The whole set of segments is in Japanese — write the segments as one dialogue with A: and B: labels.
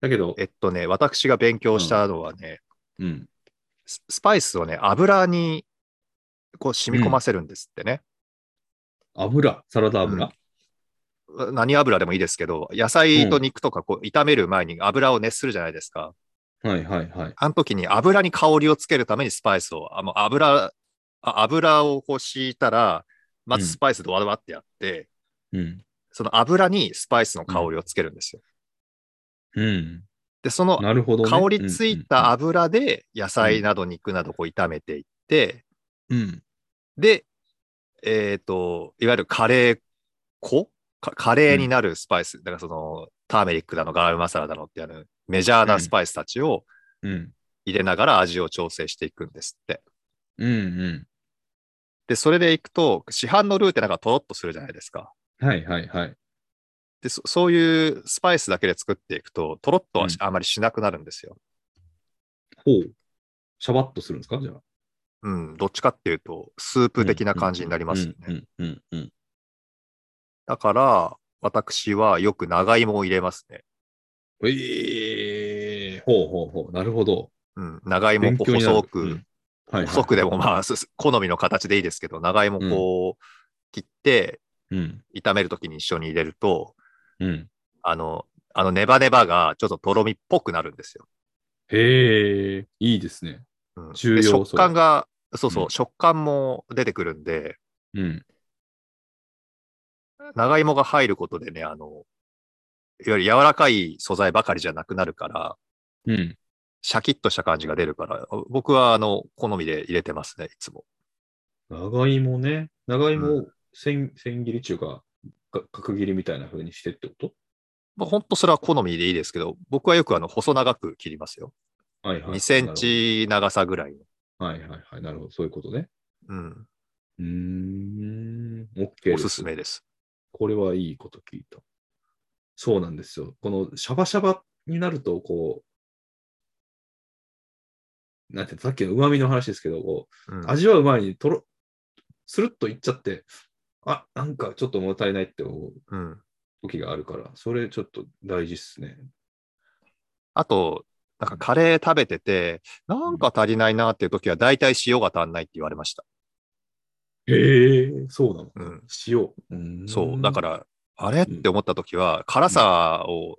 A: だけど、
B: えっとね、私が勉強したのはね、
A: うん。
B: ススパイスをね、油にこう染み込ませるんですってね。
A: 油、サラダ油。
B: うん何油でもいいですけど、野菜と肉とかこう炒める前に油を熱するじゃないですか。
A: はいはいはい。
B: あの時に油に香りをつけるためにスパイスを、あもう油、あ油をこう敷いたら、まずスパイスドワドワってやって、
A: うん。
B: その油にスパイスの香りをつけるんですよ。
A: うん。
B: で、その
A: なるほど、ね。
B: 香りついた油で野菜など肉などこう炒めていって、
A: うん。うん。
B: で、えっ、と、いわゆるカレー粉かカレーになるスパイス、だからそのターメリックだの、ガールマサラだのってあのメジャーなスパイスたちを
A: うん。
B: 入れながら味を調整していくんですって。
A: うん。うん
B: で、それでいくと、市販のルーってなんかトロッとするじゃないですか。
A: はいはいはい。
B: で、そそういうスパイスだけで作っていくと、トロッとはしあまりしなくなるんですよ。
A: ほう。シャバッとするんですかじゃあ。
B: うん、どっちかっていうと、スープ的な感じになりますよ
A: う
B: ね。
A: んうんうんうん。
B: だから、私はよく長芋を入れますね。
A: ええほうほうほう。なるほど。
B: うん、長芋を
A: 勉
B: こ
A: 強
B: う
A: になる
B: 細く、
A: うんはい、はい。
B: 細くでもまあ、すす好みの形でいいですけど、長芋こう切って
A: うん。
B: 炒めるときに一緒に入れると、
A: うん。
B: あの、あのネバネバがちょっととろみっぽくなるんですよ。
A: へえ、いいですね。
B: うん、
A: 重
B: で
A: 要
B: 食感が、そう
A: う
B: そ
A: ん
B: う、食感も出てくるんで、
A: うん。
B: 長芋が入ることでね、あの、いわゆる柔らかい素材ばかりじゃなくなるから、
A: うん。
B: シャキッとした感じが出るから、僕はあの、好みで入れてますね、いつも。
A: 長芋ね。長芋
B: う
A: を千千切り中か、か角切りみたいな風にしてってこと
B: まあ、ほんとそれは好みでいいですけど、僕はよくあの、細長く切りますよ。
A: はいはい。
B: 2センチ長さぐらいの。
A: なるほど。はいはいはい。なるほど。そういうことね。
B: うん。
A: うーん。OK
B: おすすめです。
A: これはいいこと聞いた。そうなんですよ。このシャバシャバになると、こう、なんていうのさっきの旨味の話ですけど、こ
B: うん
A: う味わう前にとろ、スルッといっちゃって、あ、なんかちょっと物足りないって思う
B: うん、
A: 時があるから、それちょっと大事っすね。
B: あと、なんかカレー食べてて、なんか足りないなっていう時は、大体塩が足んないって言われました。
A: へえ、そうなの。
B: うん。
A: 塩。うん、
B: そう。だからら、あれって思った時は、辛さを、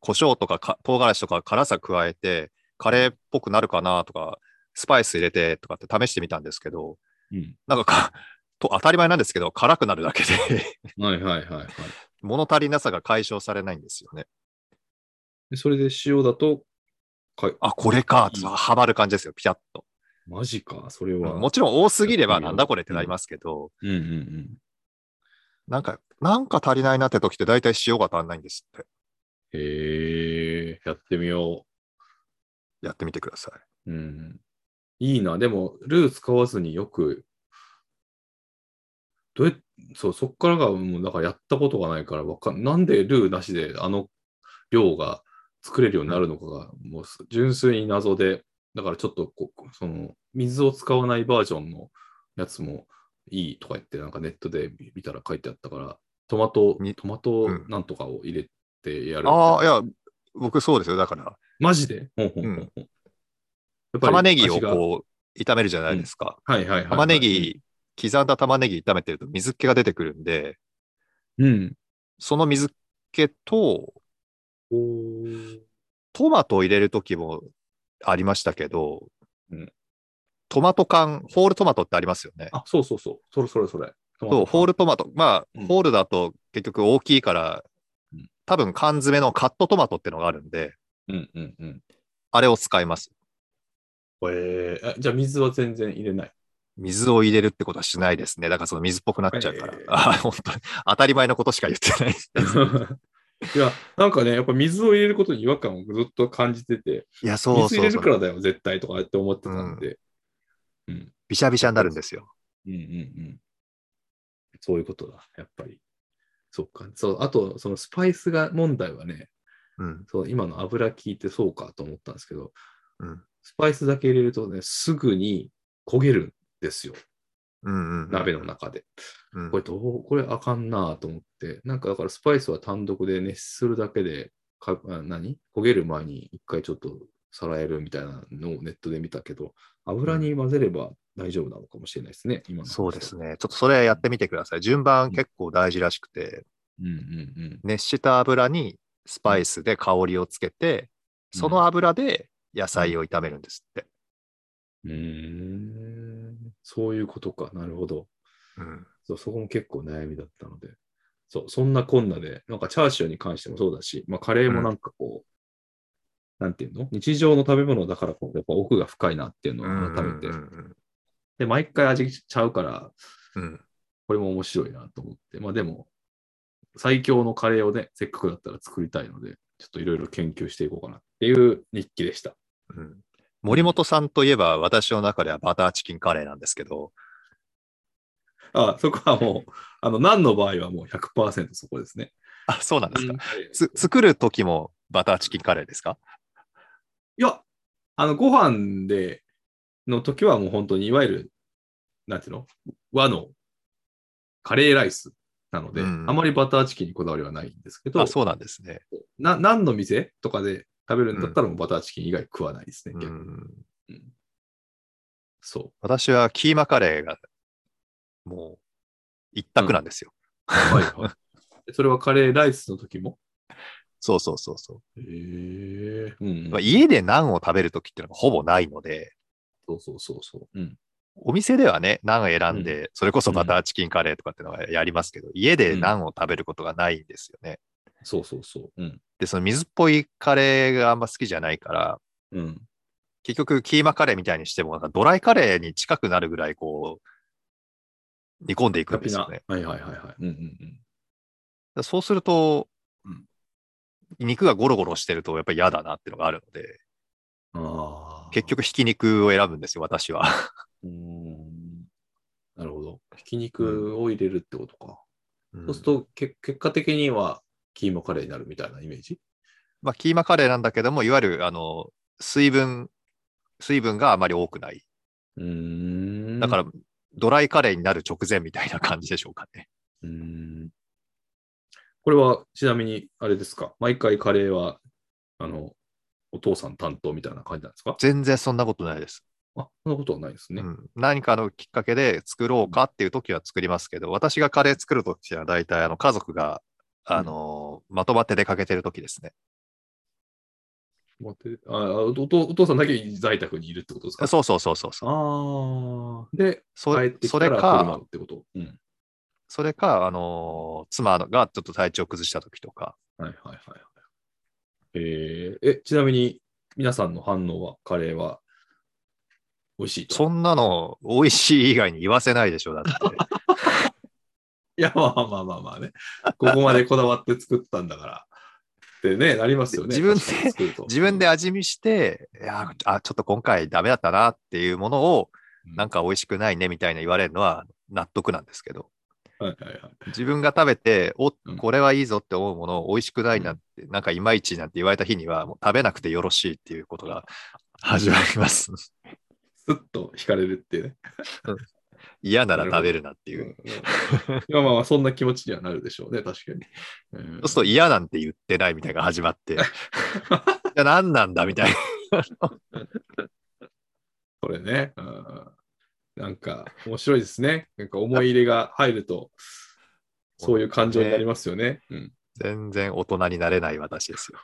B: 胡椒とかか唐辛子とか辛さ加えて、カレーっぽくなるかなとか、スパイス入れてとかって試してみたんですけど、
A: うん。
B: なんかかと当たり前なんですけど、辛くなるだけで、
A: はいはいはいはい。
B: 物足りなさが解消されないんですよね。
A: でそれで塩だと、か
B: あ、これか
A: う、ん
B: はまる感じですよ、ピタッと。
A: マジか、それ
B: うん
A: は。
B: もちろん多すぎれ
A: やっ
B: ば
A: てみよう
B: なんだこれってなりますけど、
A: うんうんうん。
B: なんか、なんか足りないなって時って大体塩が足んないんですって。
A: へえ、やってみよ
B: やってみてください。
A: う。うん。いいな。でも、ルー使わずによく、どうやっそう、そっからが、もう、だからやったことがないから、わかん、なんでルーなしであの量が作れるようになるのかが、もう、す純粋に謎で、だからちょっとこ、その、水を使わないバージョンのやつもいいとか言って、なんかネットで見見たら書いてあったから、トマト
B: み、
A: トマト
B: うん
A: なんとかを入れてやるみたいな。
B: ああ、いや、僕そうですよ。だから、
A: マジで、ほんほんほんほんやっぱり
B: 玉ねぎを
A: 味が
B: こう、炒めるじゃないですか。
A: はいはいはいはい。
B: 玉ねぎ、刻んだ玉ねぎ炒めてると水っ気が出てくるんで、
A: うん。
B: その水っ気と、
A: うん。
B: トマトを入れる時もありましたけど、
A: うん
B: トマト缶、ホールトマトってありますよね。
A: あ、そうそうそう。それそれそれ。
B: そう、ホ
A: ル。
B: ールトマト。まあ、
A: うん
B: ホールだと結局大きいから
A: うん、
B: 多分缶詰のカットトマトってのがあるんで、
A: うんうんうん。
B: あれを使います。
A: えー、あじゃあ水は全然入れない。
B: 水を入れるってことはしないですね。だからその水っぽくなっちゃうから。
A: えー
B: あ本当に当たり前のことしか言ってないで
A: い
B: す。
A: や、なんかね、やっぱ水を入れることに違和感をずっと感じてて、
B: いや、そう
A: 水入
B: そう
A: れ
B: そ
A: る
B: う
A: からだよ、絶対とかって思ってたんで。うん。
B: びしゃびしゃになるんですよ。
A: うんうんうん。そういうことだ、やっぱり。そっか。そう、あと、そのスパイスが問題はね、
B: うん。
A: そう、今の油聞いてそうかと思ったんですけど、
B: うん。
A: スパイスだけ入れるとね、すぐに焦げるんですよ、
B: うんうん。
A: 鍋の中で。
B: うん
A: これどう、これあかんなと思って、なんかだからスパイスは単独で熱するだけでかあ何焦げる前に一回ちょっとさらえるみたいなのをネットで見たけど、油に混ぜれば大丈夫なのかもしれないですね、今の話だと
B: そうです。ね。ちょっとそれやってみてください。順番結構大事らしくて、
A: うんうんうん。
B: 熱した油にスパイスで香りをつけて、その油で野菜を炒めるんですって。
A: うーんそういうことか。なるほど。
B: うん。
A: そうそこも結構悩みだったので。そう、そんなこんなで、なんかチャーシューに関してもそうだし、まあカレーもなんかこう、なんていうの日常の食べ物だからこう、やっぱ奥が深いなっていうのを改めて。
B: うんうん
A: で、毎回味ちゃうから、
B: うんうん
A: これも面白いなと思って。まあでも、最強のカレーをね、せっかくだったら作りたいので、ちょっといろいろ研究していこうかなっていう日記でした。
B: うん森本さんといえば、私の中ではバターチキンカレーなんですけど、
A: あ、そこはもう、あの、何の場合はもう100%そこですね。
B: あ、そうなんですか。
A: はい
B: つ作る時もバターチキンカレーですか
A: いや、あの、ご飯で、の時はもう本当にいわゆる、なんていうの和のカレーライスなので、
B: うん
A: あまりバターチキンにこだわりはないんですけど、
B: あ、そうなんですね。
A: な何の店とかで食べるんだったらもうバターチキン以外食わないですね。
B: う
A: 逆に
B: ん
A: そう。
B: 私はキーマカレーがもう一択なんですよ。
A: はい はい。それはカレーライスの時も
B: そうそうそうそう。
A: へえ。うん、
B: まあ家でナンを食べる時っていうのがほぼないので、
A: そうそうそうそう。うん。
B: お店ではね、ナンを選んで、それこそバターチキンカレーとかっていうのはやりますけど、家でナンを食べることがないんですよね。
A: そうそうそう。うん。
B: で、その水っぽいカレーがあんま好きじゃないから、
A: うん。
B: 結局キーマカレーみたいにしても、なんかドライカレーに近くなるぐらいこう、煮込んでいくんですよね。
A: はいはいはいはい。うんうんうん。
B: だからそうすると、
A: うん
B: 肉がゴロゴロしてるとやっぱり嫌だなっていうのがあるので、
A: ああ。
B: 結局ひき肉を選ぶんですよ、私は。
A: うーんなるほど。ひき肉を入れるってことか。そうすると、け結果的にはキーマカレーになるみたいなイメージ
B: まあ、キーマカレーなんだけども、いわゆるあの水分、水分があまり多くない。
A: うーん
B: だから、ドライカレーになる直前みたいな感じでしょうかね。
A: うーん。これはちなみに、あれですか。毎回カレーは、あの、お父さん担当みたいな感じなんですか
B: 全然そんなことないです。
A: あ、そんなことはないですね
B: う。ん、何かのきっかけで作ろうかっていう時は作りますけど、私がカレー作る時は大体あの家族が、あのまとまって出かけてる時ですね。
A: 待ってああお父お父さんだけ在宅にいるってことですか
B: そうそうそうそうそう。
A: ああ。で、
B: そ
A: 帰ってき
B: そ
A: た
B: れ
A: ら車
B: か
A: を、ってこと。うん。
B: それか、あのー妻がちょっと体調崩した時とか、
A: はいはいはいはい。えーえ、ちなみに皆さんの反応は、カレーは美味しいと。
B: そんなの美味しい以外に言わせないでしょ、 だって。
A: いや、まあまあまあまあね。ここまでこだわって作ったんだから。ってね、なりますよね。
B: 自分で
A: 確かに作ると
B: 自分で、味見して、いやーあ、ちょっと今回ダメだったなっていうものを、なん
A: か、
B: か美味しくないねみたいな言われるのは納得なんですけど、
A: はいはいはい。
B: 自分が食べて、お
A: うん
B: これはいいぞって思うものを美味しくないなんて、なんかいまいちなんて言われた日には、もう食べなくてよろしいっていうことが始まり ます。
A: スッと惹かれるっていうね。
B: 嫌なら食べるなっていうう。
A: んうんいやまあまあ、そんな気持ちにはなるでしょうね、確かに。うん
B: そうすると嫌なんて言ってないみたいなのが始ま って、いや何なんだみたいな。
A: これね、うんなんか面白いですね。なんか思い入れが入ると、そういう感情になりますよね。うん、
B: 全然大人になれない私ですよ。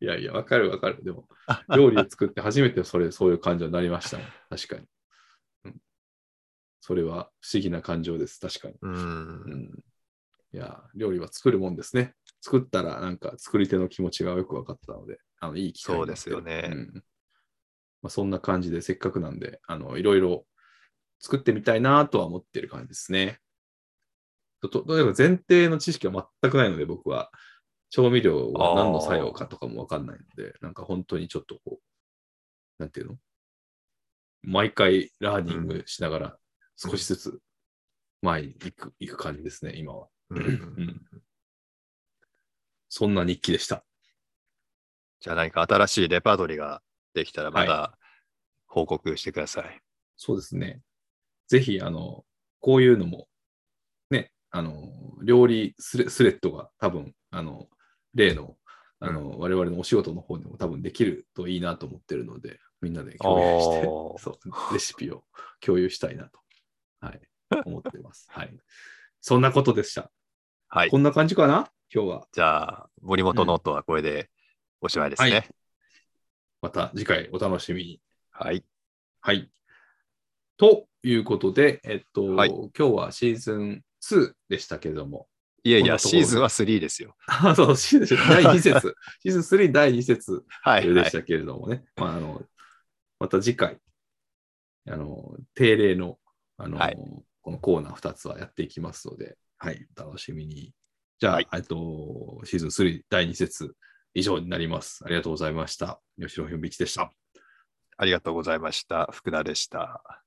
A: いやいや、わかるわかる。でも、料理を作って初めてそれ、そういう感情になりましたもん。確かに。うん、それは不思議な感情です。確かに。
B: う。
A: うんん、いや、料理は作るもんですね。作ったら、なんか作り手の気持ちがよく分かったので、あのいい機会になって
B: そうですよね
A: うんまあ、そんな感じで、せっかくなんで、あのいろいろ作ってみたいなとは思ってる感じですね。とととにかく前提の知識は全くないので、僕は調味料が何の作用かとかも分かんないので、なんか本当にちょっとこう、なんていうの毎回ラーニングしながら少しずつ前に行く行く感じですね、今は。
B: うん
A: そんな日記でした。
B: じゃあ何か新しいレパートリーができたらま
A: は
B: た報告してください。
A: そうですね。ぜひ、あの、こういうのも、ね、あの、料理スレスレッドが多分、あの、例の、あの、我々のお仕事の方でも多分できるといいなと思ってるので、みんなで共有して、
B: おー
A: そう、レシピを共有したいなと、はい、思ってます。はい。そんなことでした。
B: はい
A: こ。んな感じかな今日は。
B: じゃあ、森本ノートはこれでおしまいですね。
A: また次回お楽しみに。
B: はい。
A: はい。ということで、えっと、
B: はい
A: 今日はシーズン2でしたけれど も、
B: いや
A: こ
B: い
A: んな
B: や、
A: とこ
B: シーズンは3ですよ。
A: あそう、シーズン第2節、 シーズン3第2節
B: はい、は
A: で
B: い
A: し。たけれどもね、まあ、あのまた次回、あの定例のあの、
B: はい
A: このコーナー2つはやっていきますので、はい、お楽しみに。じゃあ、
B: はい
A: えっと、シーズン3第2節以上になります。ありがとうございました。吉野ひ美きでした。
B: ありがとうございました。福田でした。